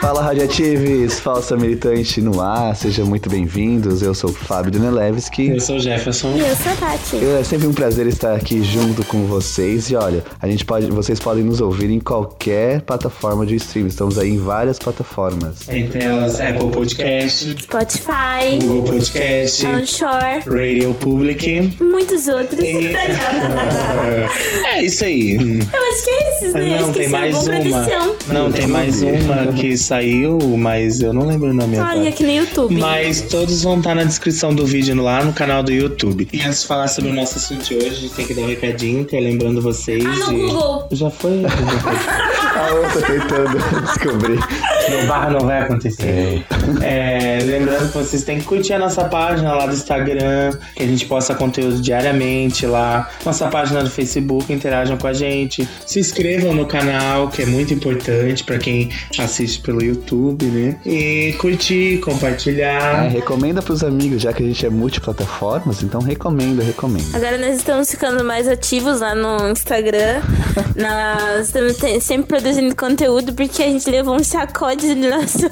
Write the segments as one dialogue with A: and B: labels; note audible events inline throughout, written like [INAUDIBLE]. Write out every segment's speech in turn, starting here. A: Fala Radiatives, falsa militante no ar, sejam muito bem-vindos. Eu sou o Fábio Dunelevski.
B: Eu sou o Jefferson.
C: E eu sou a Tati.
A: É sempre um prazer estar aqui junto com vocês. E olha, a gente pode, vocês podem nos ouvir em qualquer plataforma de streaming. Estamos aí em várias plataformas.
B: Entre elas, Apple Podcast,
C: Spotify,
B: Google Podcast,
C: Onshore,
B: Radio Public.
C: muitos outros.
B: E... é isso aí.
C: Eu acho que é esses, né? Eu
B: Não,
C: esqueci,
B: tem mais
C: uma boa
B: uma.
C: produção.
B: Não, tem mais uma que saiu, mas eu não lembro o nome
C: Olha, é
B: agora.
C: que nem YouTube.
B: É, tá. Mas todos vão estar na descrição do vídeo lá no canal do YouTube. E antes de falar sobre o nosso assunto de hoje, tem que dar um recadinho, que é lembrando vocês.
C: Ah, não,
B: de-
C: Google.
B: Já foi.
A: A outra Ah, tentando [LAUGHS] descobrir.
B: No barra [LAUGHS] não vai acontecer. É, lembrando que vocês têm que curtir a nossa página lá do Instagram, que a gente posta conteúdo diariamente lá. Nossa página do Facebook, interajam com a gente. Se inscrevam no canal, que é muito importante pra quem assiste pelo YouTube, né? E curtir, compartilhar.
A: É, recomenda pros amigos, já que a gente é multiplataformas, então recomenda, recomenda.
C: Agora nós estamos ficando mais ativos lá
B: [LAUGHS]
C: no Instagram. Nós estamos te- sempre produzindo conteúdo porque a gente levou um sacode do nosso.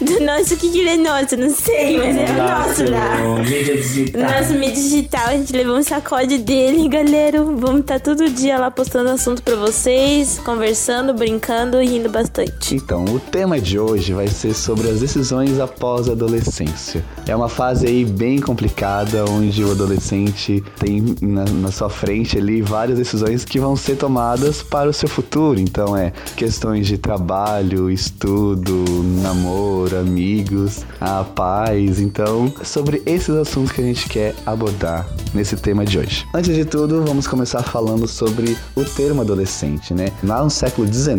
C: Do nosso o que que ele é nosso, não sei, mas é nosso lá.
B: mídia
A: Tá.
B: digital.
C: Nosso mídia digital, a gente levou um sacode dele, galera. Vamos estar todo dia lá postando assunto pra vocês, conversando, brincando e rindo bastante.
A: Então, o tema de hoje vai ser sobre as decisões após a adolescência. É uma fase aí bem complicada, onde o adolescente tem na, na sua frente ali várias decisões que vão ser tomadas para o seu futuro. Então, é questões de trabalho, estudo, namoro, amigos, a paz. Então, é sobre esses assuntos que a gente quer abordar nesse tema de hoje. Antes de tudo, vamos começar falando sobre o termo adolescente, né? Lá no século XIX,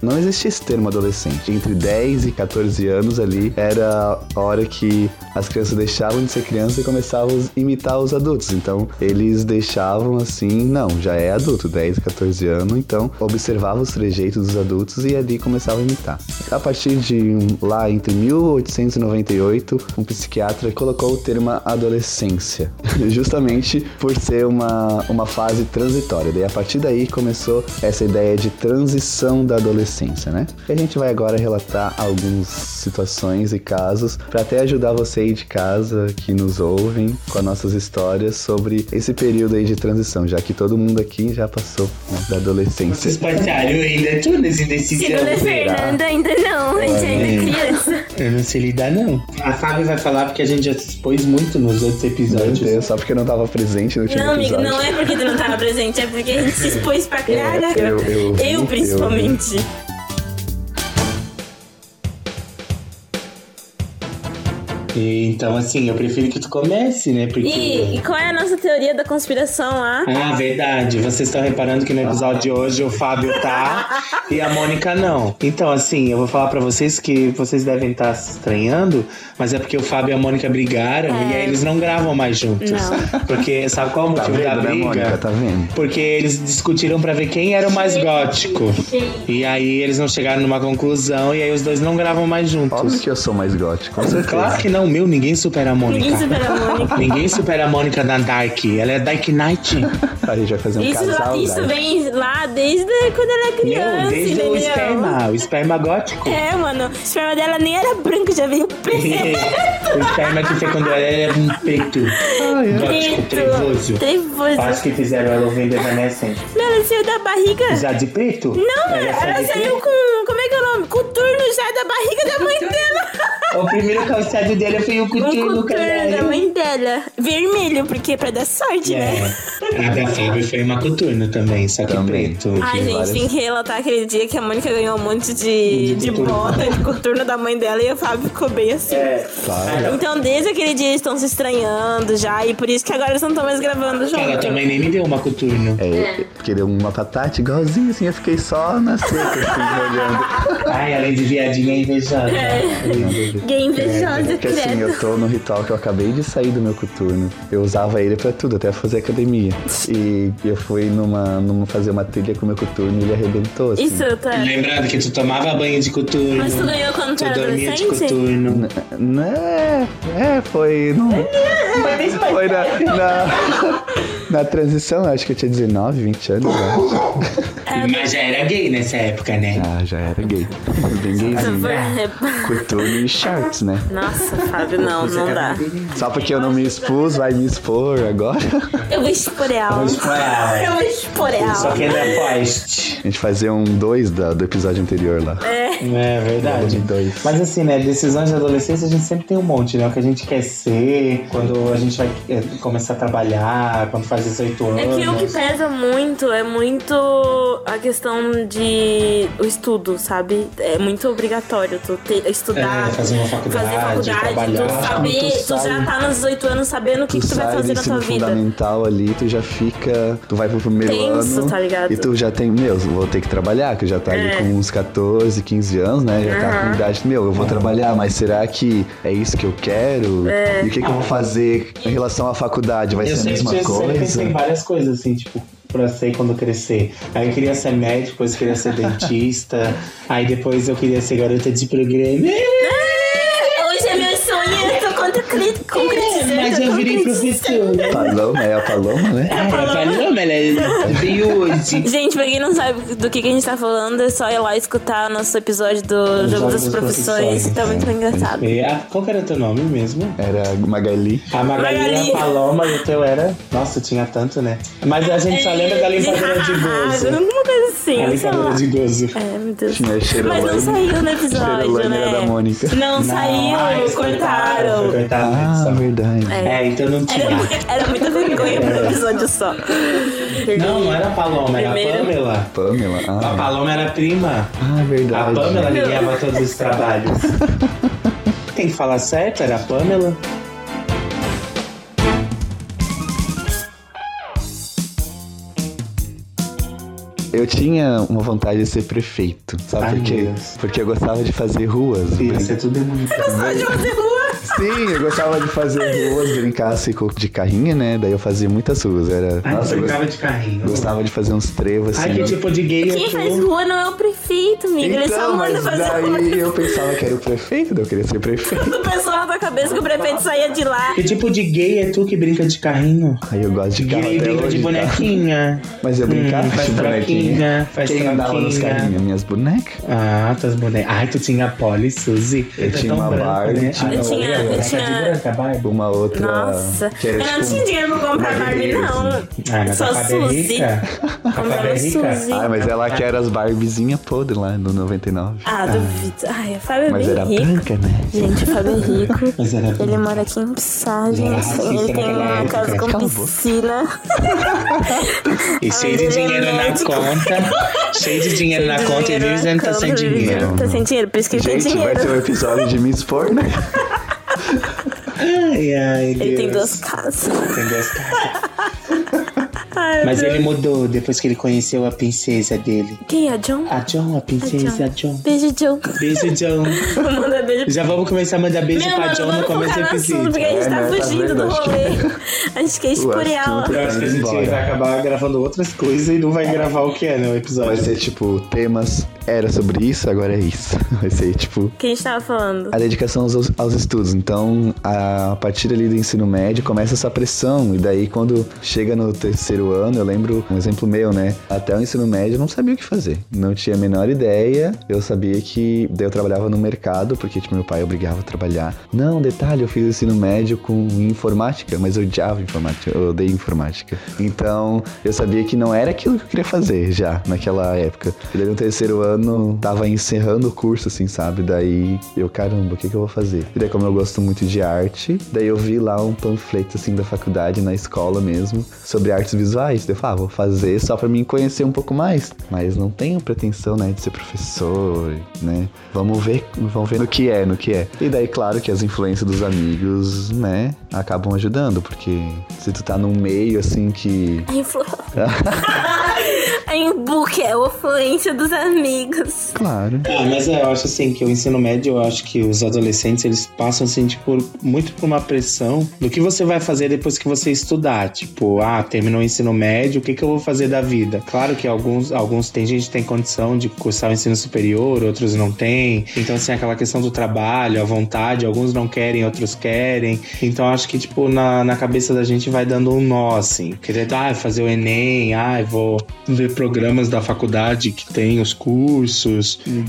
A: não existia esse termo adolescente. Entre 10 e 14 anos ali, era a hora que as crianças deixavam de ser crianças e começavam a imitar os adultos. Então, eles deixavam assim, não, já é adulto, 10, 14 anos, então observava os trejeitos dos adultos e ali começava a imitar. A partir de um- lá entre 1898, um psiquiatra colocou o termo adolescência, [LAUGHS] justamente por ser uma, uma fase transitória. Daí a partir daí começou essa ideia de transição da adolescência, né? E a gente vai agora relatar algumas situações e casos para até ajudar você aí de casa que nos ouvem com as nossas histórias sobre esse período aí de transição, já que todo mundo aqui já passou né, da adolescência.
B: Vocês passaram ainda tudo nesse
C: Se não é
B: decisão.
C: Fernanda, ainda não, a gente ainda é criança.
B: Eu não sei lidar, não. A Fábio vai falar porque a gente já se expôs muito nos outros
A: Meu
B: episódios.
A: Deus, só porque eu não tava presente no último
C: Não, amigo,
A: episódio.
C: não é porque tu não tava presente, é porque a gente se expôs pra caraca.
A: eu- eu vi, eu vi.
C: principalmente.
B: E, então, assim, eu prefiro que tu comece, né? Porque.
C: E, e qual é a nossa teoria da conspiração lá?
B: Ah, verdade. Vocês estão reparando que no episódio de hoje o Fábio
C: [LAUGHS]
B: tá e a Mônica não. Então, assim, eu vou falar pra vocês que vocês devem estar se estranhando, mas é porque o Fábio e a Mônica brigaram e aí eles não gravam mais juntos.
C: É. Não.
B: [LAUGHS] Porque sabe qual é o
A: Tá
B: motivo da
A: vendo, né,
B: briga?
A: Mônica? Tá vendo?
B: Porque eles discutiram pra ver quem era o mais gótico. E aí eles não chegaram numa conclusão e aí os dois não gravam mais
A: Óbvio
B: juntos.
A: que eu sou mais gótico, com certeza.
B: Claro que não, meu, ninguém supera a Mônica.
C: Ninguém supera a Mônica.
B: Ninguém supera a Mônica da Dark. Ela é Dark
C: [LAUGHS]
B: Knight.
A: A gente vai fazer [LAUGHS] um
C: Isso,
A: casal.
C: isso
A: né?
C: vem lá desde quando ela era criança,
B: Meu, desde
C: entendeu?
B: o esperma, o esperma gótico.
C: [LAUGHS] É, mano, o esperma dela nem era branco, já
B: [LAUGHS]
C: veio preto.
B: o esperma que fecundou ela era um peito. Gótico, trevoso.
C: é. Trevoso.
B: Acho que fizeram ela ouvir Evanescent.
C: Não, ela saiu da barriga.
B: Já de preto?
C: Não, mano,
B: assim,
C: ela saiu com. Como é que é o nome? Coturno já da barriga da mãe dela.
B: O primeiro calçado dela foi o
C: [LAUGHS] Um
B: coturno,
C: coturno da
B: caralho.
C: mãe dela. Vermelho, porque é pra dar sorte, né?
B: É. A da Fábio foi uma coturno também, só que
A: Também.
B: preto.
A: Ah,
C: [LAUGHS] Ai,
A: Tem
C: gente,
A: várias.
C: tem que relatar aquele dia que a Mônica ganhou um monte de, de
B: coturno.
C: bota, de coturno da mãe dela e o Fábio ficou bem assim.
A: Claro.
C: Então, desde aquele dia eles estão se estranhando já, e por isso que agora eles não estão mais gravando
B: Ela tá
C: junto.
B: também nem me deu uma coturno.
A: É, porque deu uma patate igualzinha, assim, eu fiquei só na seca, assim, olhando.
C: É.
B: Ai, além de viadinha é invejosa.
C: Gay
B: É,
C: invejosa,
A: Porque assim,
C: credo.
A: eu tô no ritual que eu acabei de sair do meu coturno. Eu usava ele pra tudo, até fazer academia. E eu fui numa, numa fazer uma trilha com o meu coturno e ele arrebentou, assim.
C: Isso, tá.
B: Lembrando que tu tomava banho de coturno.
C: Mas tu ganhou quando tu
B: Tu
C: era
B: dormia de
C: adolescente?
B: coturno.
A: Né? É, foi. Não,
C: Mas isso
A: foi na. na... Na transição, eu acho que eu tinha 19, 20 anos. eu acho.
C: É,
B: Mas já era gay nessa época, né?
A: Ah, já era gay. Bem gayzinho.
C: É.
A: Coturno e shorts, né?
C: Nossa, Fábio, não, não dá.
A: Só porque eu não me expus, vai me expor agora.
C: Eu vou expor ela.
B: Vou expor ela.
C: Eu vou expor
B: Só
C: ela.
B: que ele é post.
A: A gente fazia um 2 do episódio anterior lá.
B: É verdade.
A: Volume dois.
B: Mas assim, né? Decisões de adolescência a gente sempre tem um monte, né? O que a gente quer ser, quando a gente vai é, começar a trabalhar, quando faz 18 anos.
C: É que o que pesa muito é muito a questão de o estudo, sabe? É muito obrigatório tu ter- estudar,
B: É, fazer uma faculdade, trabalhar.
C: tu saber,
A: Quando tu
C: tu já
A: sai-
C: tá nos 18 anos sabendo o que,
A: tu
C: que tu vai
A: sai do
C: fazer na tua
A: ensino
C: vida.
A: fundamental ali, tu já fica. Tu vai pro primeiro
C: Tenso,
A: ano.
C: tá ligado? É.
A: E tu já tem, meu, vou ter que trabalhar, que eu já tá ali com uns 14, 15 anos, né? Já tá com idade, meu, eu vou trabalhar, mas será que é isso que eu quero?
C: É.
A: E o que, que eu vou fazer em relação à faculdade? Vai
B: eu
A: ser a
B: sempre,
A: mesma
B: eu sempre pensei em
A: coisa?
B: várias coisas, assim, tipo, pra ser quando crescer. Aí eu queria ser médico, depois queria ser dentista. Aí depois eu queria ser garota de programa.
C: Hoje é meu sonho, eu tô contra cri- concretizando.
B: Mas eu virei
C: [LAUGHS]
B: professora.
A: Paloma, é a Paloma, né?
B: Ah, ela falou, mas ela veio [LAUGHS] hoje.
C: Gente, pra quem não sabe do que, que a gente tá falando, é só ir lá escutar nosso episódio do Jogo
B: Jogo
C: das
B: das
C: Profissões,
B: Profissões,
C: tá muito engraçado.
B: E, ah, qual que era teu nome mesmo?
A: Era Magali.
B: A Magali,
C: Magali.
B: era Paloma e o teu era. Nossa, tinha tanto, né? Mas a gente só lembra da
C: É,
B: limpadora
C: [LAUGHS]
B: de gozo.
C: Ah, Alguma coisa assim,
B: A
C: sei lá.
B: limpadora de gozo.
C: É, meu Deus.
A: Tinha
C: Mas não
A: Cheirolane.
C: saiu no episódio,
A: Cheirolane
C: né?
A: era da Mônica.
C: Não,
B: Ai,
C: [LAUGHS] saiu,
B: foi cortado, foi
C: cortaram.
B: cortado, né,
A: Ah,
B: só.
A: verdade.
B: É, então não tinha.
C: Era, mu- era muita vergonha
A: É.
C: pro episódio só.
B: Não, não era a Paloma, era
C: Primeiro.
B: a Pamela.
A: Pamela. [LAUGHS]
B: A
A: Ah,
B: Paloma era a prima.
A: ah
B: A
A: verdade.
B: Pamela né? ligava todos os
C: [LAUGHS]
B: trabalhos. Tem que falar certo, era a Pamela.
A: Eu tinha uma vontade de ser prefeito, sabe
B: Ai,
A: por quê?
B: Deus.
A: Porque eu gostava de fazer ruas. brin-
B: Isso é tudo muito.
C: Pode fazer rua.
A: Sim, eu gostava de fazer ruas, brincar assim, com- de carrinho, né? Daí eu fazia muitas ruas. Era...
B: Ai,
A: Nossa, eu
B: brincava
A: gostava,
B: de carrinho.
A: gostava de fazer uns trevos assim.
B: Ai, que tipo de gay
C: Quem
B: eu
C: faz
B: tô.
C: rua não é o prefeito, amigo. Ele só
A: Então,
C: manda
A: mas
C: fazer rua.
A: daí eu pensava que era o prefeito, daí eu queria ser prefeito.
C: [LAUGHS] O pessoal na tua cabeça que o prefeito saía de lá.
B: Que tipo de gay é tu que brinca de carrinho?
A: Aí eu gosto de carro
B: Gay
A: até
B: brinca de
A: hoje, tá?
B: bonequinha.
A: [LAUGHS] Mas eu brincava
B: Hum, faz
A: de bonequinha.
B: troquinha, faz
A: Quem andava nos
B: troquinha.
A: carrinhos? Minhas bonecas.
B: Ah, tuas bonecas. Ai, tu tinha a Polly, Suzy.
A: Eu
B: Tá
A: tinha
B: tão
A: uma
B: branco,
A: Barbie,
B: né?
A: tinha
B: Ah,
C: Eu tinha-
B: olha,
C: eu
B: branca
C: tinha-
B: de branca, Barbie.
A: Uma outra.
C: Nossa,
A: que
C: eu
A: era
C: não
A: tipo um-
C: tinha dinheiro pra comprar
A: uma
C: Barbie,
A: beleza.
C: não.
B: Ah, mas
C: Só
B: a Fábio é
C: Suzy.
B: rica. A
C: [LAUGHS]
B: Fábio é
C: Comprava
B: rica.
C: Suzy.
A: Ah, mas ela que era as Barbizinhas podres lá no 99.
C: Ah, duvido. Ai, o Fábio é
A: Mas
C: bem
A: era
C: rico.
A: branca, né?
C: Gente, o Fábio é rico.
B: Mas era
C: Ele mora aqui em Pissagem,
B: Ele era
C: assim, ele
B: racista
C: tem
B: naquela
C: uma
B: época.
C: casa com
A: Cala a boca.
C: piscina.
B: E cheio de dinheiro na
C: [LAUGHS]
B: conta. Cheio de dinheiro na conta e dizendo que tá sem dinheiro.
C: Tá sem dinheiro, por isso que ele tem
A: Gente, vai
C: dinheiro.
A: ter um episódio de me expor, né?
B: Ai, ai,
A: um
B: Deus.
C: Ele tem duas casas.
B: Tem duas casas.
C: Ai,
B: Mas
C: Deus.
B: ele mudou depois que ele conheceu a princesa dele.
C: Quem é John?
B: A John, a princesa John.
C: Beijo, John. [LAUGHS]
B: Beijo, John.
C: Manda beijo.
B: Já vamos começar a mandar beijo
C: Meu,
B: pra
C: mano,
B: John no
C: vamos
B: começo do
C: focar no assunto,
B: episódio.
C: porque a gente
A: É,
C: tá
A: né, tá
C: fugindo do
A: vendo? Acho que-
C: rolê. Acho que é esporeal.
A: assunto-
B: Eu acho que a gente
A: Bora.
B: vai acabar gravando outras coisas e não vai gravar o que é, né? O episódio.
A: Vai ser tipo, temas era sobre isso, agora é isso. [LAUGHS] Vai ser tipo.
C: Que a gente tava falando.
A: A dedicação aos, aos estudos. Então, a, partir ali do ensino médio, começa essa pressão. E daí, quando chega no terceiro ano, eu lembro um exemplo meu, né? Até o ensino médio, eu não sabia o que fazer. Não tinha a menor ideia. Eu sabia que. Daí, eu trabalhava no mercado, porque, tipo, meu pai obrigava a trabalhar. Não, detalhe, eu fiz o ensino médio com informática, mas eu odiava informática. Eu odeio informática. Então, eu sabia que não era aquilo que eu queria fazer já, naquela época. E daí no terceiro ano, tava encerrando o curso, assim, sabe? Daí eu, caramba, o que que eu vou fazer? E daí, como eu gosto muito de arte, daí eu vi lá um panfleto, assim, da faculdade, na escola mesmo, sobre artes visuais. Daí eu falei, ah, vou fazer só pra mim conhecer um pouco mais. Mas não tenho pretensão, né, de ser professor, né? Vamos ver, vamos ver no que é, no que é. E daí, claro que as influências dos amigos, né, acabam ajudando, porque se tu tá num meio, assim, que
C: A influ... [LAUGHS] em book, é a ofluência dos amigos.
A: [LAUGHS] Claro.
B: Ah, mas é, eu acho assim que o ensino médio, eu acho que os adolescentes eles passam assim, tipo, muito por uma pressão do que você vai fazer depois que você estudar. Tipo, ah, terminou o ensino médio, o que, que eu vou fazer da vida? Claro que alguns, alguns tem gente que tem condição de cursar o ensino superior, outros não tem. Então, assim, aquela questão do trabalho, a vontade, alguns não querem, outros querem. Então, acho que, tipo, na, na cabeça da gente vai dando um nó, assim. Querer, ah, fazer o Enem, ah, eu vou ver programas da faculdade que tem os cursos,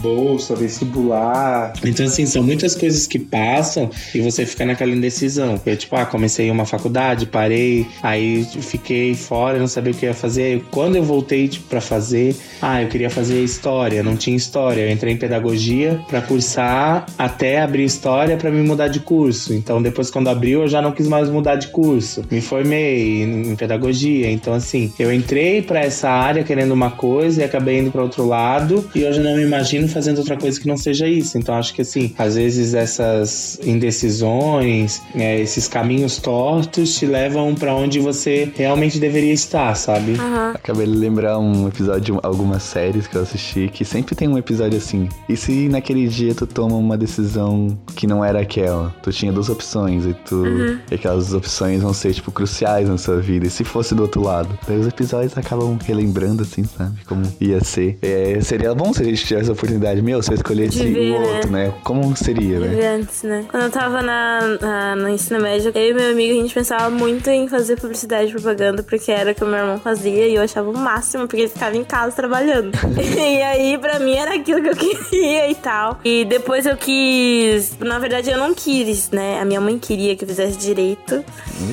B: bolsa, vestibular. Então, assim, são muitas coisas que passam e você fica naquela indecisão. Eu, tipo, ah, comecei uma faculdade, parei, aí fiquei fora, não sabia o que ia fazer. Aí, Quando eu voltei tipo, pra fazer, ah, eu queria fazer história, não tinha história. Eu entrei em pedagogia pra cursar até abrir história pra me mudar de curso. Então, depois, quando abriu, eu já não quis mais mudar de curso. Me formei em em pedagogia. Então, assim, eu entrei pra essa área querendo uma coisa e acabei indo pra outro lado. E hoje eu não me imagino fazendo outra coisa que não seja isso. Então, acho que, assim, às vezes essas indecisões, né, esses caminhos tortos te levam pra onde você realmente deveria estar, sabe?
C: Aham.
A: Acabei de lembrar um episódio de algumas séries que eu assisti, que sempre tem um episódio assim. E se naquele dia tu toma uma decisão que não era aquela? Tu tinha duas opções e tu.
C: Uhum.
A: E aquelas duas opções vão ser, tipo, cruciais na sua vida. E se fosse do outro lado? Daí os episódios acabam relembrando, assim, sabe? Como ia ser. É, seria bom se a gente tivesse a oportunidade. Meu, se eu escolhesse
C: De ver,
A: o
C: né?
A: outro, né? Como seria, né?
C: Teve Antes, né? Quando eu tava na, na- no ensino médio, eu e meu amigo, a gente pensava muito em fazer publicidade e propaganda, porque era o que o meu irmão fazia e eu achava o máximo, porque ele ficava em casa trabalhando. e aí, pra mim, era aquilo que eu [LAUGHS] queria e tal. E depois eu quis. Na verdade, eu não quis, né? A minha mãe queria que eu fizesse direito.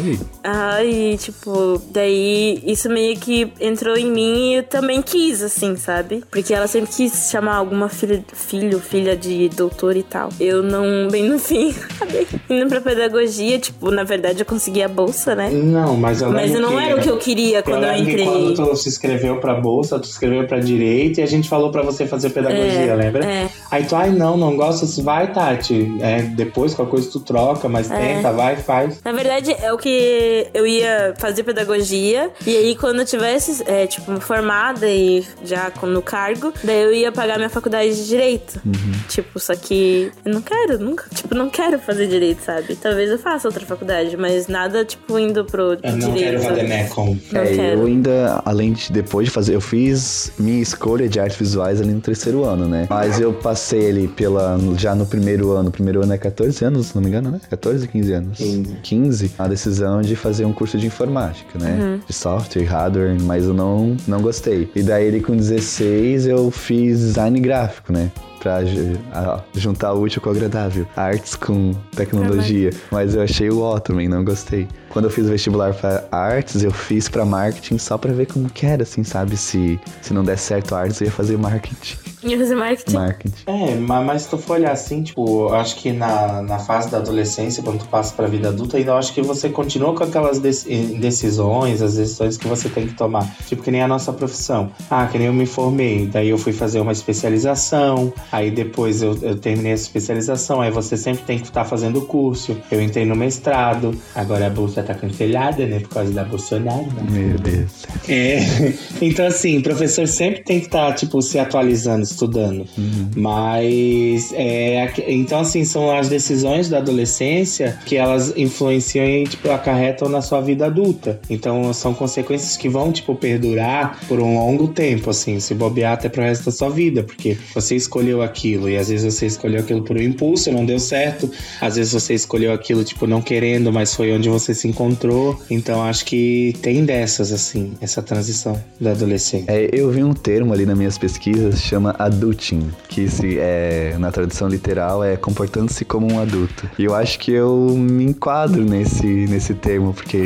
A: Ei,
C: Ah, e tipo, daí isso meio que entrou em mim e eu também quis, assim, sabe? Porque ela sempre quis chamar alguma filha, filho, filha de doutor e tal. Eu não, bem no fim, [LAUGHS] acabei indo pra pedagogia, tipo, na verdade eu consegui a bolsa, né?
B: Não, mas eu
C: Mas
B: lembro
C: não era o que eu queria quando eu
B: lembro que
C: entrei.
B: Quando tu se inscreveu pra bolsa, tu se inscreveu pra direito e a gente falou pra você fazer pedagogia, lembra?
C: É,
B: Aí tu, ai não, não gosta, se vai, Tati. É, depois qualquer coisa tu troca,
C: É.
B: mas tenta, vai, faz.
C: Na verdade, é o que eu ia fazer pedagogia. E aí, quando eu tivesse, é, tipo, formada e já com- no cargo, daí eu ia pagar minha faculdade de direito.
A: Uhum.
C: Tipo, só que eu não quero, nunca. Tipo, não quero fazer direito, sabe? Talvez eu faça outra faculdade, mas nada, tipo, indo pro
B: Eu não
C: direito.
B: quero
C: sabe?
B: fazer Necom.
C: Não
A: É,
C: quero.
A: eu ainda, além de depois de fazer, eu fiz minha escolha de artes visuais ali no terceiro ano, né? Mas eu passei ali pela, já no primeiro ano, primeiro ano é 14 anos, se não me engano, né? 14, 15 anos.
B: 15.
A: 15, a decisão de fazer um curso de informática, né?
C: Uhum.
A: De software, hardware, mas eu não, não gostei. E daí ele com 16 eu fiz design gráfico, né? Pra ju- a- juntar o útil com o agradável. Artes com tecnologia. Mas eu achei o ó também, não gostei. Quando eu fiz o vestibular pra artes, eu fiz pra marketing só pra ver como que era, assim, sabe? Se, se não der certo artes, eu ia fazer marketing.
C: Ia fazer marketing. [LAUGHS]
A: Marketing.
B: É, ma- mas se tu for olhar assim, tipo, eu acho que na, na fase da adolescência, quando tu passa pra vida adulta, ainda eu acho que você continua com aquelas dec- decisões, as decisões que você tem que tomar. Tipo, que nem a nossa profissão. Ah, que nem eu me formei, daí eu fui fazer uma especialização, aí depois eu, eu terminei essa especialização, aí você sempre tem que estar fazendo curso. Eu entrei no mestrado, agora a bolsa tá cancelada, né, por causa da Bolsonaro, né?
A: Meu Deus.
B: É. [LAUGHS] Então, assim, o professor sempre tem que estar, tipo, se atualizando, estudando.
A: Uhum.
B: Mas. É, aqu- então, assim, são as decisões da adolescência que elas influenciam e, tipo, acarretam na sua vida adulta. Então, são consequências que vão, tipo, perdurar por um longo tempo, assim, se bobear até pro resto da sua vida, porque você escolheu aquilo e às vezes você escolheu aquilo por um impulso, não deu certo. Às vezes você escolheu aquilo, tipo, não querendo, mas foi onde você se encontrou. Então, acho que tem dessas, assim, essa transição da adolescência.
A: É, eu vi um termo ali nas minhas pesquisas, chama adulting, que se é, na tradução literal é comportando-se como um adulto. E eu acho que eu me enquadro nesse, nesse termo,
C: [LAUGHS]
A: porque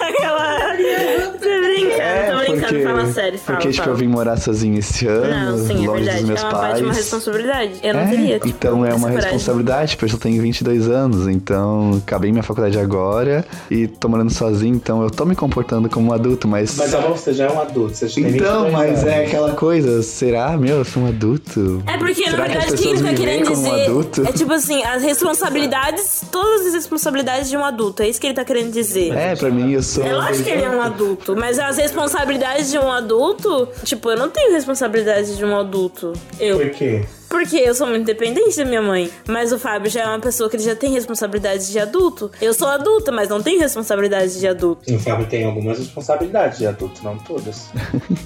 C: Aquela. Tô brincando, tô brincando,
A: É, porque
C: fala Fala sério, fala.
A: Porque, tipo,
C: fala.
A: eu vim morar sozinho esse ano,
C: Não, sim, é
A: longe dos
C: verdade.
A: meus
C: é uma
A: pais.
C: parte de uma responsabilidade. Eu não
A: É,
C: teria. tipo,
A: então é
C: essa
A: uma
C: coragem.
A: responsabilidade, tipo, eu já tenho 22 anos, então acabei minha faculdade agora e tô morando sozinho, então eu tô me comportando como um adulto, mas...
B: Mas amor, você já é um adulto, você já tem
A: então,
B: 22
A: mas
B: anos.
A: é aquela coisa, será, meu, eu sou um adulto?
C: É porque,
A: será
C: na verdade,
A: que
C: o
A: as
C: que
A: pessoas me
C: ele tá
A: veem
C: querendo
A: como um
C: dizer
A: adulto?
C: é tipo assim, as responsabilidades, todas as responsabilidades de um adulto. É isso que ele tá querendo dizer.
A: É, pra mim eu sou...
C: É lógico que ele é um adulto, mas as responsabilidades de um adulto, tipo, eu não tenho responsabilidade de um adulto. Eu.
B: Por quê?
C: Porque eu sou muito dependente da minha mãe. Mas o Fábio já é uma pessoa que ele já tem responsabilidade de adulto. Eu sou adulta, mas não tenho responsabilidade de adulto.
B: O Fábio tem algumas responsabilidades de adulto, não todas.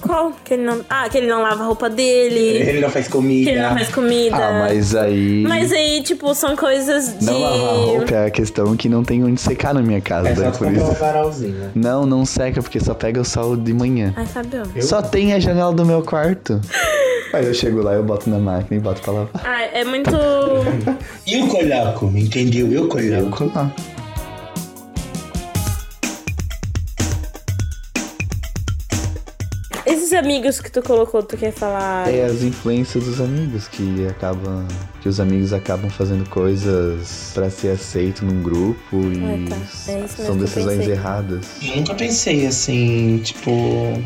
C: Qual? Que ele não. Ah, que ele não lava a roupa dele.
B: Ele não faz
C: Que ele
B: comida.
C: não faz comida.
A: Ah, mas aí...
C: Mas aí, tipo, são coisas de.
A: Não lavar roupa é a questão que não tem onde secar na minha casa,
B: É só
A: né,
B: tu
A: por
B: comprar um
A: isso...
B: varalzinho.
A: Não, não seca, porque só pega o sol de manhã.
C: Ai, Fábio.
B: Eu?
A: Só tem a janela do meu quarto. [LAUGHS] Aí eu chego lá, eu boto na máquina e boto pra lavar.
C: Ai, é muito.
B: Eu coloco, entendeu? Eu coloco.
A: Ah.
C: Esses amigos que tu colocou, tu quer falar.
A: É as influências dos amigos que acabam. que os amigos acabam fazendo coisas pra ser aceito num grupo e
C: Ah, tá. É isso mesmo
A: são
C: que eu
A: decisões
C: pensei.
A: erradas.
B: Eu nunca pensei assim, tipo,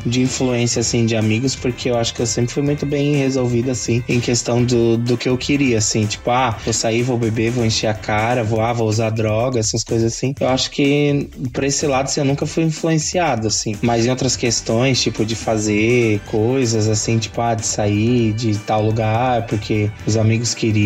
B: de influência assim de amigos, porque eu acho que eu sempre fui muito bem resolvida assim, em questão do, do que eu queria assim, tipo, ah, vou sair, vou beber, vou encher a cara, vou ah, vou usar droga, essas coisas assim. Eu acho que por esse lado assim, eu nunca fui influenciado assim, mas em outras questões, tipo de fazer coisas assim, tipo, ah, de sair de tal lugar porque os amigos queriam,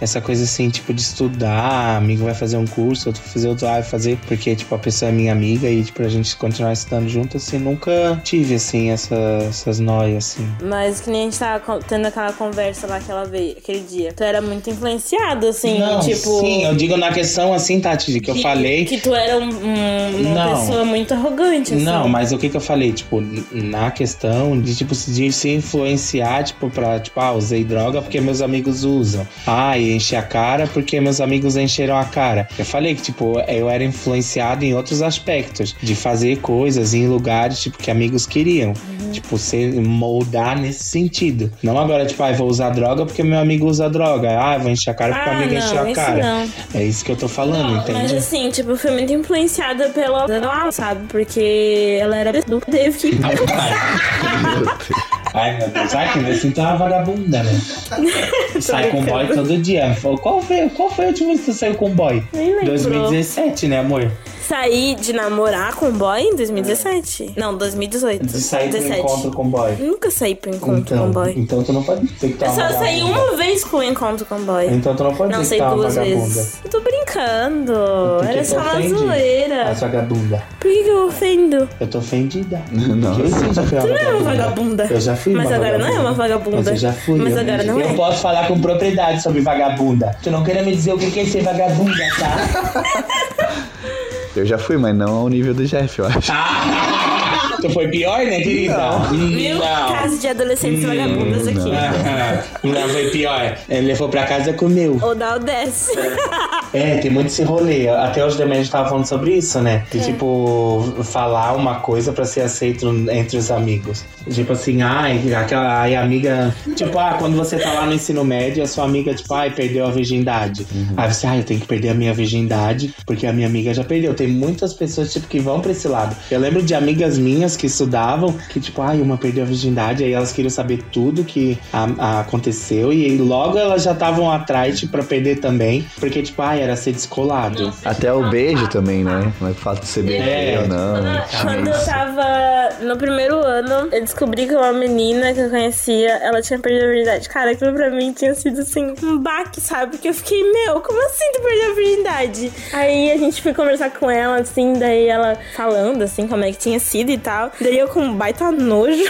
B: essa coisa assim, tipo, de estudar, amigo vai fazer um curso, outro vai fazer outro, ah, vai fazer porque, tipo, a pessoa é minha amiga e, tipo, a gente continuar estudando junto, assim, nunca tive, assim, essa, essas noias, assim.
C: Mas que nem a gente tava con- tendo aquela conversa lá aquela vez, aquele dia. Tu era muito influenciado, assim,
B: Não,
C: tipo.
B: Sim, eu digo na questão, assim, Tati, de que, eu falei.
C: Que tu era um- um- uma
B: Não.
C: pessoa muito arrogante, assim.
B: Não, mas o que que eu falei, tipo, na questão de, tipo, se- de se influenciar, tipo, pra, tipo, ah, usei droga porque meus amigos usam. Ah, e enchi a cara porque meus amigos encheram a cara. Eu falei que, tipo, eu era influenciado em outros aspectos, de fazer coisas em lugares, tipo, que amigos queriam.
C: Uhum.
B: Tipo, ser, moldar nesse sentido. Não agora, tipo, ah, eu vou usar droga porque meu amigo usa droga. Ah, eu vou encher a cara porque
C: Ah,
B: meu amigo encheu
C: não,
B: a
C: isso
B: cara.
C: não.
B: É isso que eu tô falando,
C: Mas
B: entende?
C: assim, tipo, eu fui muito influenciada pela Laura, sabe? Porque ela era do David.
B: Ai, pai. Ai, meu Deus. Ai, que vê se então é uma vagabunda,
C: [LAUGHS]
B: né? Sai com boy todo dia. Falou, Qual foi, qual foi a última vez que tu saiu com boy?
C: Nem lembro.
B: 2017, né, amor?
C: Saí de namorar com um boy em 2017. Não, 2018.
B: De sair pro encontro com boy.
C: Nunca saí pro encontro com um boy.
B: então tu não pode dizer que tu é
C: Eu
B: uma
C: só saí
B: vagabunda.
C: uma vez com o encontro com o boy.
B: Então tu não pode
C: Não,
B: dizer que
C: sei
B: tu é uma
C: duas
B: vagabunda.
C: vezes. Eu tô brincando.
B: Porque
C: Era
B: tu
C: só uma
B: ofende
C: zoeira.
B: As vagabunda.
C: Por que, que eu ofendo?
B: Eu tô [LAUGHS] ofendida.
A: Não.
B: Porque Eu sim já fui uma
C: Não é uma vagabunda.
B: Eu já fui
C: Mas
B: uma
C: agora não é uma vagabunda.
B: Mas eu já fui.
C: Mas
B: eu
C: agora não
B: Eu
C: é.
B: posso falar com propriedade sobre vagabunda. Tu não queira me dizer o que que é ser vagabunda, tá? [LAUGHS]
A: Eu já fui, mas não ao nível do Jeff, eu acho.
B: Tu foi pior, né, querida?
C: Mil casos de adolescentes
B: Hum.
C: vagabundas aqui.
B: Não, foi pior. Ele levou pra casa e comeu.
C: Ou da Odessa.
B: É, tem muito esse rolê. Até hoje também a gente tava falando sobre isso, né? De, tipo, falar uma coisa pra ser aceito entre os amigos. Tipo assim, ai, aquela ai, amiga. Tipo, ah, quando você tá lá no ensino médio, a sua amiga, tipo, ai, perdeu a virgindade. Aí você, ai, eu tenho que perder a minha virgindade, porque a minha amiga já perdeu. Tem muitas pessoas, tipo, que vão pra esse lado. Eu lembro de amigas minhas que estudavam, que, tipo, ai, uma perdeu a virgindade, aí elas queriam saber tudo que a- a- aconteceu, e aí logo elas já estavam atrás, tipo, pra perder também, porque, tipo, ai, era ser descolado.
A: Até o beijo também, né? Mas o fato de ser beijo
B: É.
A: ou não.
C: Quando
A: tinha
C: eu
A: isso.
C: tava no primeiro ano, eu descobri que uma menina que eu conhecia, ela tinha perdido a virgindade. Cara, aquilo pra mim tinha sido assim, um baque, sabe? Porque eu fiquei, meu, como assim tu perdeu a virgindade? Aí a gente foi conversar com ela, assim, daí ela falando, assim, como é que tinha sido e tal. Daí eu com um baita nojo.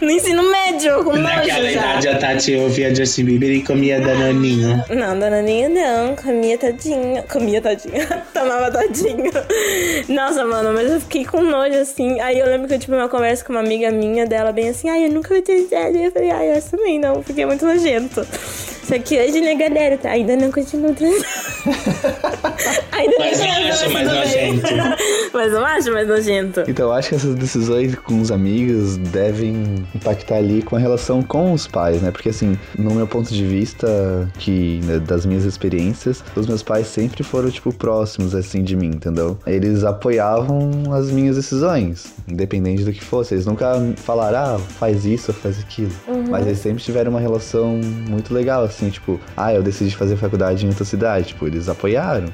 C: no ensino médio, eu com nojo
B: Naquela
C: já.
B: idade a Tati ouvia Justin Bieber e comia danoninho.
C: Não, dananinha não. Comia tadinha. Comia tadinha. [LAUGHS] Tomava tadinho. Nossa, mano, mas eu fiquei com nojo, assim. Aí eu lembro que eu tive uma conversa com uma amiga minha dela, bem assim, ai, eu nunca vou ter ideia. Eu falei, ai, eu também não, porque é muito nojento. Só que hoje, né, galera, tá, [LAUGHS] ainda não continuo transando. ainda
B: Mas
C: não
B: eu acho
C: transando,
B: mais
C: tudo bem.
B: nojento.
C: né? Mas não acho mais nojento.
A: Então, eu acho que essas decisões com os amigos devem impactar ali com a relação com os pais, né? Porque, assim, no meu ponto de vista, que né, das minhas experiências, os meus pais sempre foram, tipo, próximos, assim, de mim, entendeu? Eles apoiavam as minhas decisões, independente do que fosse. Eles nunca falaram, ah, faz isso ou faz aquilo. Mas eles sempre tiveram uma relação muito legal, assim, tipo, ah, eu decidi fazer faculdade em outra cidade. Tipo, eles apoiaram.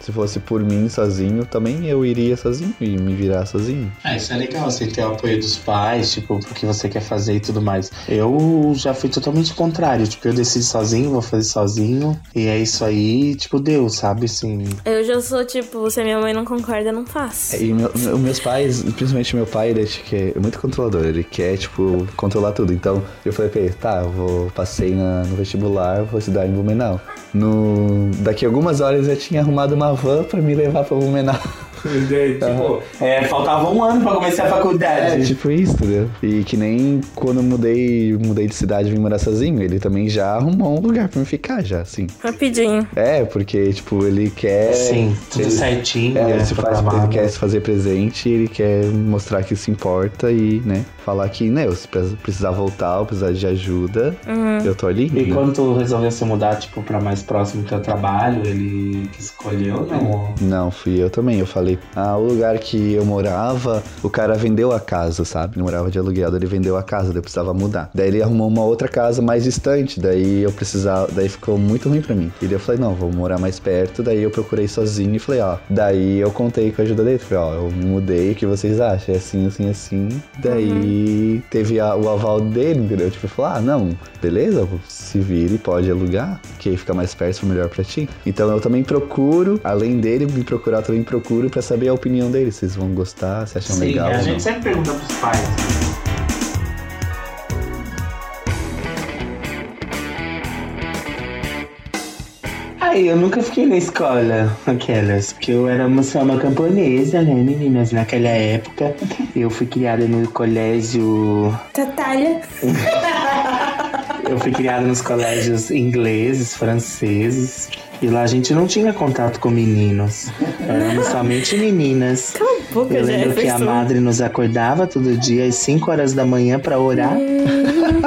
A: Se fosse por mim sozinho, também eu iria sozinho e me virar sozinho.
B: Ah, isso é legal, você ter o apoio dos pais, tipo, pro que você quer fazer e tudo mais. Eu já fui totalmente contrário, tipo, eu decido sozinho, vou fazer sozinho, e é isso aí, tipo, deu, sabe, assim...
C: Eu já sou tipo, se a minha mãe não concorda, eu não faço.
A: É, E meu- meu- meus pais, principalmente meu pai, ele é, tipo, que é muito controlador, ele quer, tipo, controlar tudo. Então, eu falei pra ele, tá, eu vou, passei na- no vestibular, vou estudar em Blumenau. No, daqui a algumas horas eu tinha arrumado uma van pra me levar pra Blumenau.
B: Tipo, é, faltava um ano pra começar a faculdade.
A: [LAUGHS] É, tipo isso, entendeu? E que nem quando eu mudei, mudei de cidade e vim morar sozinho, ele também já arrumou um lugar pra me ficar, já, assim.
C: Rapidinho.
A: É, porque, tipo, ele quer...
B: Sim, tudo
A: ele-
B: certinho,
A: É,
B: né,
A: ele, se faz, ele
B: programado.
A: quer se fazer presente, ele quer mostrar que se importa e, né, falar que, né, se pre- precisar voltar ou precisar de ajuda, eu tô ali.
B: E
A: né?
B: quando tu resolveu se mudar, tipo, pra mais próximo do teu trabalho, ele que escolheu, não?
A: Não, fui eu também. Eu falei, ah, o lugar que eu morava, o cara vendeu a casa, sabe? Eu morava de aluguel, daí ele vendeu a casa, daí eu precisava mudar. Daí ele arrumou uma outra casa mais distante, daí eu precisava, daí ficou muito ruim pra mim. E daí eu falei, não, vou morar mais perto, daí eu procurei sozinho e falei, ó, daí eu contei com a ajuda dele, falei, ó, eu me mudei, o que vocês acham? É assim, assim, assim.
B: Uhum.
A: Daí teve a- o aval dele, entendeu? Tipo, ele falou, ah, não, beleza, se vire, pode alugar, que aí fica mais perto, melhor pra ti. Então eu também procuro, além dele me procurar, eu também procuro pra saber a opinião dele, se eles vão gostar, se acham
B: é,
A: legal. ou não.
B: sempre pergunta pros pais. Aí, eu nunca fiquei na escola, aquelas, porque eu era uma, só uma camponesa, né, meninas? Naquela época, eu fui criada no colégio
C: Tatalha.
B: Eu fui criada nos colégios ingleses, franceses, e lá a gente não tinha contato com meninos. Éramos somente meninas.
C: Cala a boca, é
B: Eu lembro que a
C: Jefferson.
B: madre nos acordava todo dia às 5 horas da manhã pra orar.
C: É. Hum,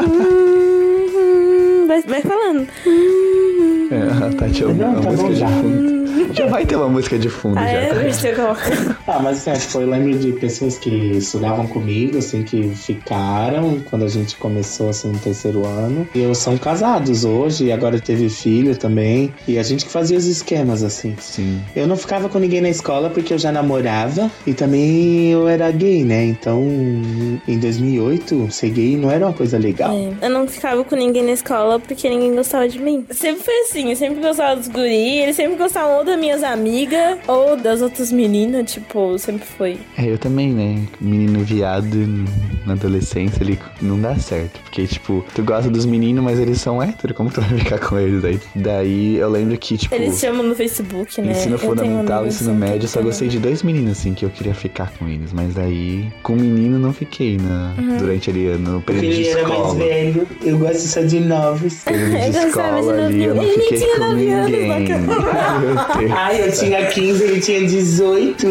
C: vai, vai falando.
A: [LAUGHS] É, a Tati, ouve
B: Não,
A: uma
B: tá
A: música
B: bom
A: de
B: já.
A: fundo. Já vai ter uma música de fundo
C: Ah,
A: já.
C: é? Por isso que eu coloco.
B: Ah, mas assim, acho que foi, eu lembro de pessoas que estudavam comigo, assim, que ficaram quando a gente começou, assim, no terceiro ano. E eles são casados hoje, e agora teve filho também. E a gente que fazia os esquemas, assim.
A: Sim.
B: Eu não ficava com ninguém na escola porque eu já namorava e também eu era gay, né? Então, em 2008, ser gay não era uma coisa legal.
C: É, Eu não ficava com ninguém na escola porque ninguém gostava de mim. Sempre foi assim, eu sempre gostava dos guri, eles sempre gostavam ou das minhas amigas ou das outras meninas, tipo, sempre foi.
A: É, eu também, né? Menino viado na adolescência, ele não dá certo. Porque, tipo, tu gosta dos meninos, mas eles são héteros. Como tu vai [LAUGHS] ficar com eles aí? Daí eu lembro que, tipo.
C: Eles chamam no Facebook, né?
A: Ensino
C: Eu tenho
A: fundamental,
C: amigos
A: ensino
C: assim
A: médio, eu só
C: que-
A: gostei de dois meninos, assim, que eu queria ficar com eles. Mas daí, com menino, não fiquei na,
C: Uhum.
A: durante ali, no período de escola.
B: velho, eu gosto só de novos.
A: Período
C: [LAUGHS]
A: de
C: Eu gostava de
A: escola ali, eu não
C: nove- [LAUGHS] Ele
A: fiquei
C: tinha
A: com
C: nove anos, né,
A: ninguém. [LAUGHS] Meu Deus.
B: Ai, eu tinha 15, ele tinha 18.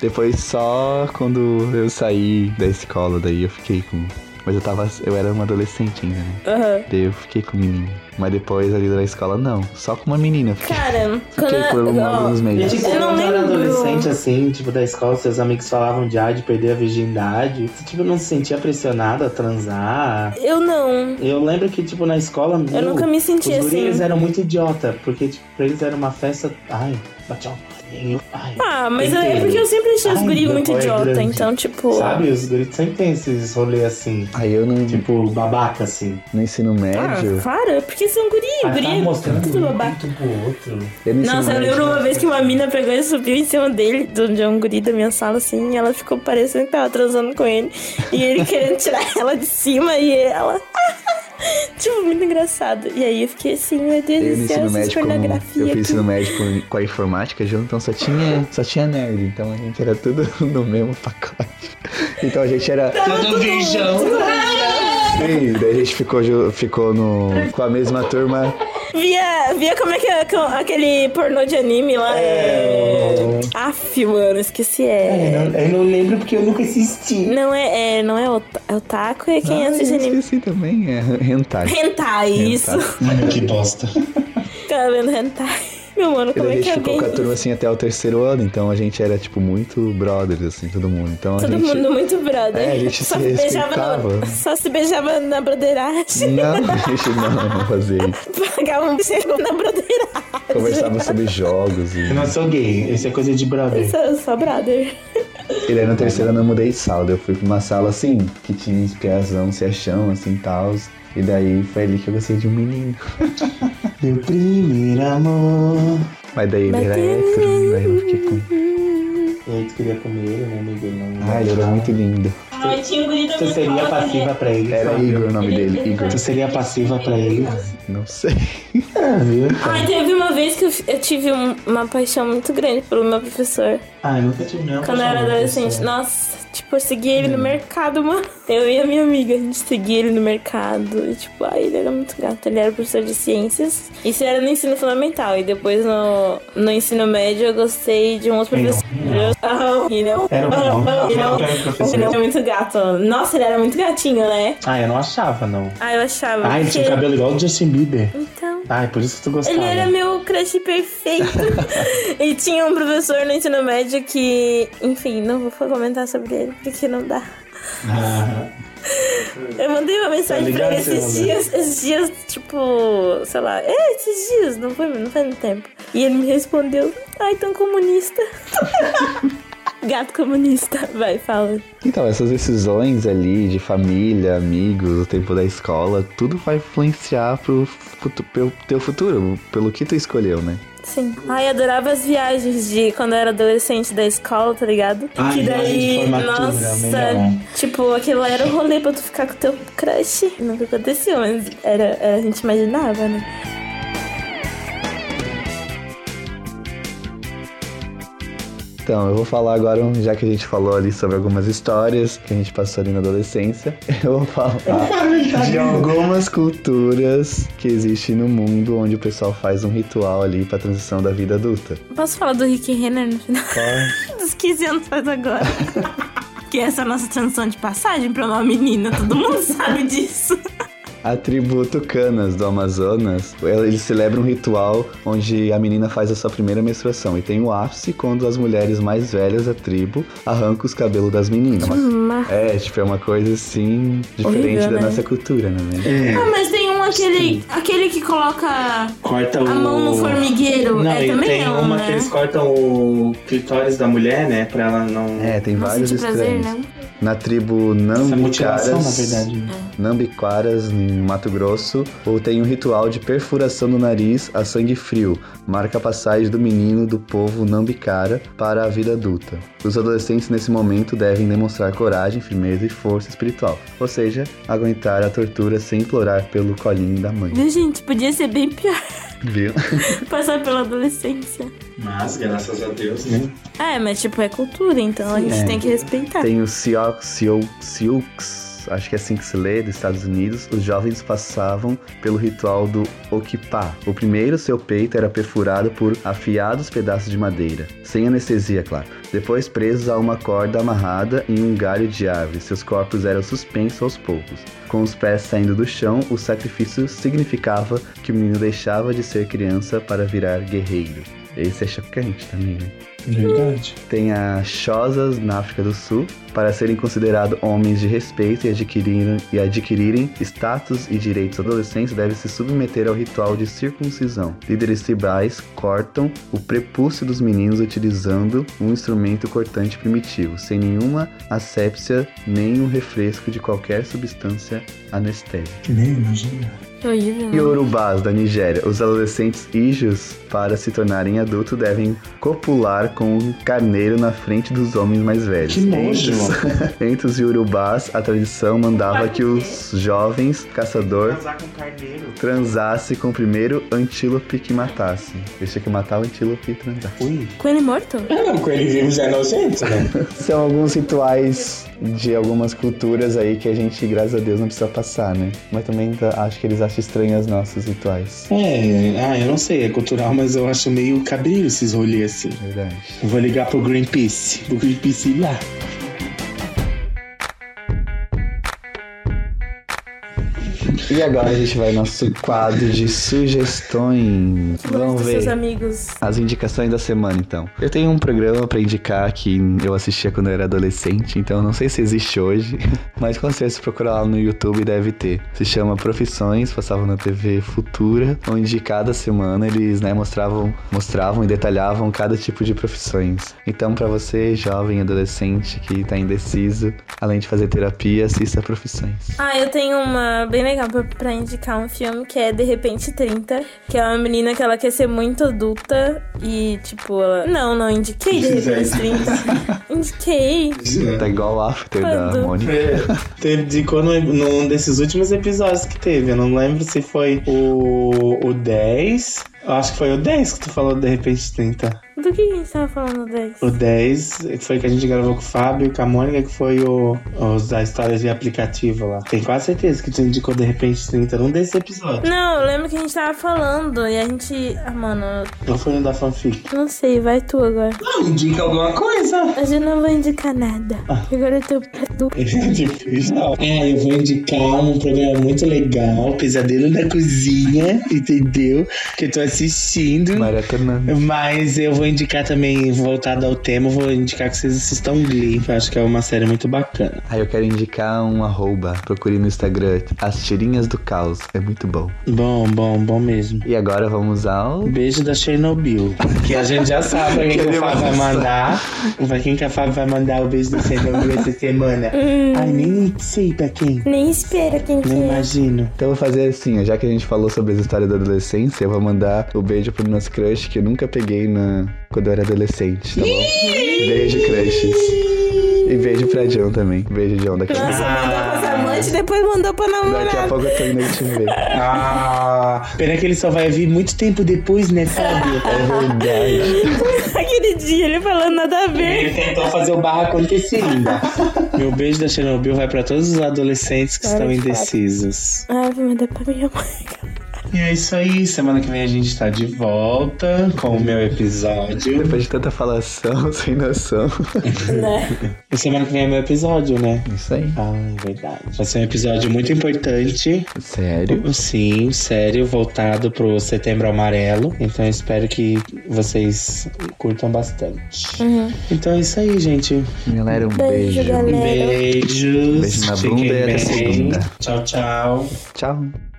A: Depois só quando eu saí da escola, daí eu fiquei com. Mas eu tava. Eu era uma adolescente ainda, né?
C: Aham.
A: Daí eu fiquei com um menino. Mas depois ali da escola não. Só com uma menina. eu Fiquei,
C: Cara, quando
A: fiquei por um-
C: ó,
A: alguns meses.
B: Gente,
C: Eu não
B: tipo, quando eu era
C: lembro.
B: adolescente, assim, tipo, da escola, seus amigos falavam de, ah, de perder a virgindade. Você, tipo, não se sentia pressionado a transar.
C: eu não.
B: Eu lembro que, tipo, na escola.
C: Eu nunca me senti
B: Os
C: assim.
B: guris eram muito idiota, porque tipo, pra eles era uma festa. Ai, bateu um Ai.
C: Ah, mas eu- é
B: Entendo.
C: porque eu sempre achei os
B: Ai,
C: guri
B: meu
C: muito
B: pau é
C: idiota,
B: grande.
C: então, tipo.
B: Sabe, os guris sempre tem esses rolês assim.
A: Aí eu não,
B: Tipo, babaca, assim.
A: no ensino
C: Ah,
A: médio.
C: claro, porque são guri,
B: Ah,
C: guri.
B: tá
C: é
B: mostrando
C: tudo
B: um
C: babaca.
B: pinto pro outro.
A: Eu no ensino
C: Nossa, eu
A: médio-
C: lembro uma vez que uma mina pegou e subiu em cima dele, do de um guri da minha sala, assim, e ela ficou parecendo que tava transando com ele. E ele querendo tirar [LAUGHS] ela de cima e ela. [LAUGHS] tipo, muito engraçado. E aí eu fiquei assim, meu Deus
A: Eu no
C: do céu,
A: ensino
C: essas
A: médio, como eu
C: pornografia.
A: fiz ensino
C: aqui.
A: médio com, com a informática junto, então só tinha, só tinha nerd, então a gente era tudo [LAUGHS] no mesmo pacote. Então a gente era.
B: Todo virgão.
A: Sim, daí a gente ficou, ju- ficou no, com a mesma turma
C: Via, via como é que é co- aquele pornô de anime lá. É. Aff, mano, esqueci. É.
B: Eu não, eu não lembro porque eu nunca assisti.
C: Não é, é, não é o, é o taco, é quem
A: Ah,
C: assiste
A: eu
C: anime.
A: esqueci também, é hentai.
C: Hentai, isso.
D: Mano, que bosta.
C: Tá vendo hentai? Meu mano,
A: Porque
C: como
A: daí
C: é
A: a
C: que
A: gente ficou
C: alguém.
A: com a turma assim até o terceiro ano, então a gente era tipo muito brothers, assim, todo mundo. Então a
C: Todo
A: gente.
C: mundo muito brother.
A: É, a gente
C: só
A: se
C: beijava no,
A: respeitava.
C: Só se beijava na broderagem.
A: Não, [LAUGHS] a gente não, não fazia isso.
C: [LAUGHS] Pagava um beijo na broderagem.
A: Conversava sobre jogos e.
B: Eu não sou gay, isso é coisa de brother.
C: Só, só brother.
A: E daí no terceiro ano eu mudei de sala. daí Eu fui pra uma sala assim, que tinha espiazão, se achão, assim, tal. E daí foi ali que eu gostei de um menino. [LAUGHS]
B: Meu primeiro amor.
A: Mas daí ele era hétero, daí eu fiquei com.
B: Eu queria comer ele, né, amigo? Não,
A: Ah, ele era muito lindo.
C: Ai, tinha um guri da
B: Tu
C: minha
B: seria
C: escola que
B: passiva pra ele,
A: Era
B: sabe?
A: Igor o nome dele, Igor.
B: Tu seria passiva pra ele.
A: Não sei.
B: Ah, viu?
C: Ai, teve uma vez que eu, f- eu tive um- uma paixão muito grande pelo meu professor.
B: Ah, eu nunca tive nenhuma
C: Quando eu era
B: paixão,
C: adolescente.
B: professor.
C: Nossa, tipo, eu segui ele no
B: Hum.
C: mercado, mano. Eu e a minha amiga, a gente seguia ele no mercado. E, tipo, ai, ele era muito gato. Ele era professor de ciências. Isso era no ensino fundamental. E depois no, no ensino médio eu gostei de um outro
B: Ele
C: professor. Ah, E não.
B: Era um
C: Ah,
B: não.
C: e
B: Era
C: não.
B: um professor.
C: Ele era muito gato. Nossa, ele era muito gatinho, né?
B: Ah, eu não achava, não.
C: Ah, eu achava.
B: Ah, ele tinha um
C: porque-
B: cabelo igual o Justin Bieber.
C: Então.
B: Ah, é por isso que tu gostava.
C: Ele era meu crush
B: [LAUGHS]
C: perfeito. e tinha um professor no ensino médio que, enfim, não vou comentar sobre ele porque não dá.
B: Ah,
C: Eu mandei uma mensagem
B: Tá ligado,
C: pra ele esses
B: Fernanda?
C: dias, esses dias, tipo, sei lá, é, esses dias, não foi, não faz muito tempo. E ele me respondeu, ai, tão comunista. [LAUGHS] Gato comunista, vai, fala.
A: Então, essas decisões ali de família, amigos, o tempo da escola, tudo vai influenciar pro, futu- pelo teu futuro, pelo que tu escolheu, né?
C: Sim. Ai, adorava as viagens de quando eu era adolescente da escola, tá ligado?
B: Ai,
C: que
B: Ah, viagem de
C: daí,
B: formatura, melhor.
C: nossa, tipo, aquilo lá era o rolê pra tu ficar com teu crush. Nunca aconteceu, mas era, era- a gente imaginava, né?
A: Então, eu vou falar agora, já que a gente falou ali sobre algumas histórias que a gente passou ali na adolescência, [LAUGHS] eu vou falar de algumas culturas que existem no mundo onde o pessoal faz um ritual ali pra transição da vida adulta. é?
C: Posso falar do Rick Renner no final? [LAUGHS] Dos 15 anos faz agora. que essa é a nossa transição de passagem pra uma menina, todo mundo [LAUGHS] sabe disso.
A: A tribo Tucanas do Amazonas, eles celebram um ritual onde a menina faz a sua primeira menstruação e tem o ápice quando as mulheres mais velhas da tribo arrancam os cabelos das meninas.
C: [LAUGHS] Hum,
A: É, tipo, é uma coisa assim, diferente
C: Horrível,
A: da
C: né?
A: nossa cultura, né?
B: É.
C: Ah, mas tem um aquele, aquele que coloca
B: corta o...
C: a mão no formigueiro.
B: Não,
C: é,
B: e
C: também
B: tem
C: é um,
B: uma
C: né?
B: que eles cortam o clitóris da mulher, né? Pra ela não...
A: É, tem
C: Não
A: vários
C: sente prazer,
A: estranhos.
C: né?
A: Na tribo
B: Essa mutilação, na
A: Nambiquaras,
B: verdade.
A: Nambiquaras, em Mato Grosso, ou tem um ritual de perfuração do nariz a sangue frio, marca a passagem do menino do povo Nambicara para a vida adulta. Os adolescentes nesse momento devem demonstrar coragem, firmeza e força espiritual, ou seja, aguentar a tortura sem implorar pelo colinho da mãe.
C: Viu, gente? Podia ser bem pior [LAUGHS]
A: Viu?
C: passar pela adolescência.
B: Mas, graças a Deus, né?
C: É, mas tipo, é cultura, então a gente
A: é.
C: tem que respeitar.
A: Tem o Sioux, Sioux, Sioux, acho que é assim que se lê, dos Estados Unidos. Os jovens passavam pelo ritual do Okipá. O primeiro, seu peito era perfurado por afiados pedaços de madeira, sem anestesia, claro. Depois, presos a uma corda amarrada em um galho de árvore, seus corpos eram suspensos aos poucos. Com os pés saindo do chão, o sacrifício significava que o menino deixava de ser criança para virar guerreiro. Esse é chocante também, né?
B: Verdade.
A: Tem as Xhosas na África do Sul para serem considerados homens de respeito e adquirirem, e adquirirem status e direitos adolescentes devem se submeter ao ritual de circuncisão. Líderes tribais cortam o prepúcio dos meninos utilizando um instrumento cortante primitivo, sem nenhuma assepsia nem um refresco de qualquer substância anestésica.
B: Que nem imagina.
C: Que horrível, né?
A: Yorubás da Nigéria, os adolescentes ijos, para se tornarem adultos, devem copular com um carneiro na frente dos homens mais velhos.
B: Que nojo.
A: Entre, [LAUGHS] entre os Yorubás, a tradição mandava que os jovens caçador
B: Casar com carneiro.
A: transasse com o primeiro antílope que matasse. Deixa que matar o antílope e transar.
B: Ui.
C: Coelho morto?
D: Não, com ele vivo já é nojento, né?
A: São alguns rituais de algumas culturas aí que a gente, graças a Deus, não precisa passar, né? Mas também tá- acho que eles acham estranho os nossos rituais.
B: É, ah, eu não sei, é cultural, mas eu acho meio cabreiro esses rolês assim.
A: Verdade.
B: Eu vou ligar pro Greenpeace, pro Greenpeace ir lá.
A: E agora a gente vai ao nosso quadro de sugestões. Vamos
C: Tipo, Seus
A: ver. Ah.
C: amigos.
A: As indicações da semana, então. Eu tenho um programa pra indicar que eu assistia quando eu era adolescente, então não sei se existe hoje, [LAUGHS] mas com certeza se procurar lá no YouTube deve ter. Se chama Profissões, passava na TV Futura, onde cada semana eles, né, mostravam, mostravam e detalhavam cada tipo de profissões. Então, pra você, jovem adolescente que tá indeciso, além de fazer terapia, assista Profissões.
C: Ah, eu tenho uma bem legal pra, pra indicar um filme que é De Repente 30, que é uma menina que ela quer ser muito adulta e, tipo, ela... Não, não, indiquei De Repente 30. indiquei.
A: Tá igual o After da
C: Quando?
A: Mônica.
B: É. Teve de quando, num desses últimos episódios que teve, eu não lembro se foi o, o 10. Eu acho que foi o 10 que tu falou de repente 30.
C: Do que a gente tava falando desse?
B: O 10 foi que a gente gravou com o Fábio e com a Mônica, que foi o, os da história de aplicativo lá. Tenho quase certeza que tu indicou de repente 30 num desses episódios.
C: Não, eu lembro que a gente tava falando e a gente... Ah, mano,
B: Não foi no da fanfic.
C: eu não sei, vai tu agora.
B: Não, indica alguma coisa.
C: Mas eu não vou indicar nada.
A: Ah.
C: Agora eu tô pra tu.
B: [LAUGHS] Difícil, não. Ah, eu vou indicar um programa muito legal, Pesadelo na Cozinha, entendeu? Que eu tô assistindo.
A: Maracanã.
B: Mas eu vou indicar também, voltado ao tema, eu vou indicar que vocês assistam Glee, que eu acho que é uma série muito bacana.
A: Aí eu quero indicar um arroba. Procure no Instagram. As tirinhas do caos. É muito bom.
B: Bom, bom, bom mesmo.
A: E agora vamos ao.
B: Beijo da Chernobyl. Que a gente já sabe pra quem que,
A: Que
B: o Fábio vai
A: demais.
B: mandar. Pra quem que a Fábio vai mandar o beijo da Chernobyl essa semana. Ai, nem sei pra quem.
C: Hum, Nem espera quem que
B: Não
C: é.
B: imagino.
A: Então eu vou fazer assim, ó, já que a gente falou sobre as histórias da adolescência, eu vou mandar o beijo pro nosso crush que eu nunca peguei na... quando eu era adolescente, tá bom? beijo, crushes. E beijo pra John também. Beijo, John. Daqui a,
C: Nossa, mandou pras amantes, depois mandou pra
A: daqui a
C: namorada.
A: pouco eu tô indo te ver.
B: Ah, pena que ele só vai vir muito tempo depois, né, Fábio?
A: É verdade.
C: [LAUGHS] Aquele dia ele falando nada a ver.
B: [LAUGHS] Ele tentou fazer o barra acontecer ainda. Meu beijo da Chernobyl vai pra todos os adolescentes que
C: Cara,
B: estão
C: de fato.
B: indecisos.
C: Ah, eu vou mandar pra minha mãe.
B: E é isso aí. Semana que vem a gente tá de volta com o meu episódio.
A: Depois de tanta falação, [LAUGHS] sem noção.
C: Né?
B: E semana que vem é meu episódio, né?
A: Isso aí.
B: Ah, é verdade. Vai ser um episódio muito importante.
A: Sério?
B: Sim, sério, voltado pro Setembro Amarelo. Então eu espero que vocês curtam bastante. Então é isso aí, gente.
A: Galera, um
C: Beijo,
A: beijo.
C: galera. Galera.
B: Beijos.
A: Beijo na
B: Fiquem
A: bunda e até
B: bem.
A: segunda.
B: Tchau, tchau.
A: Tchau.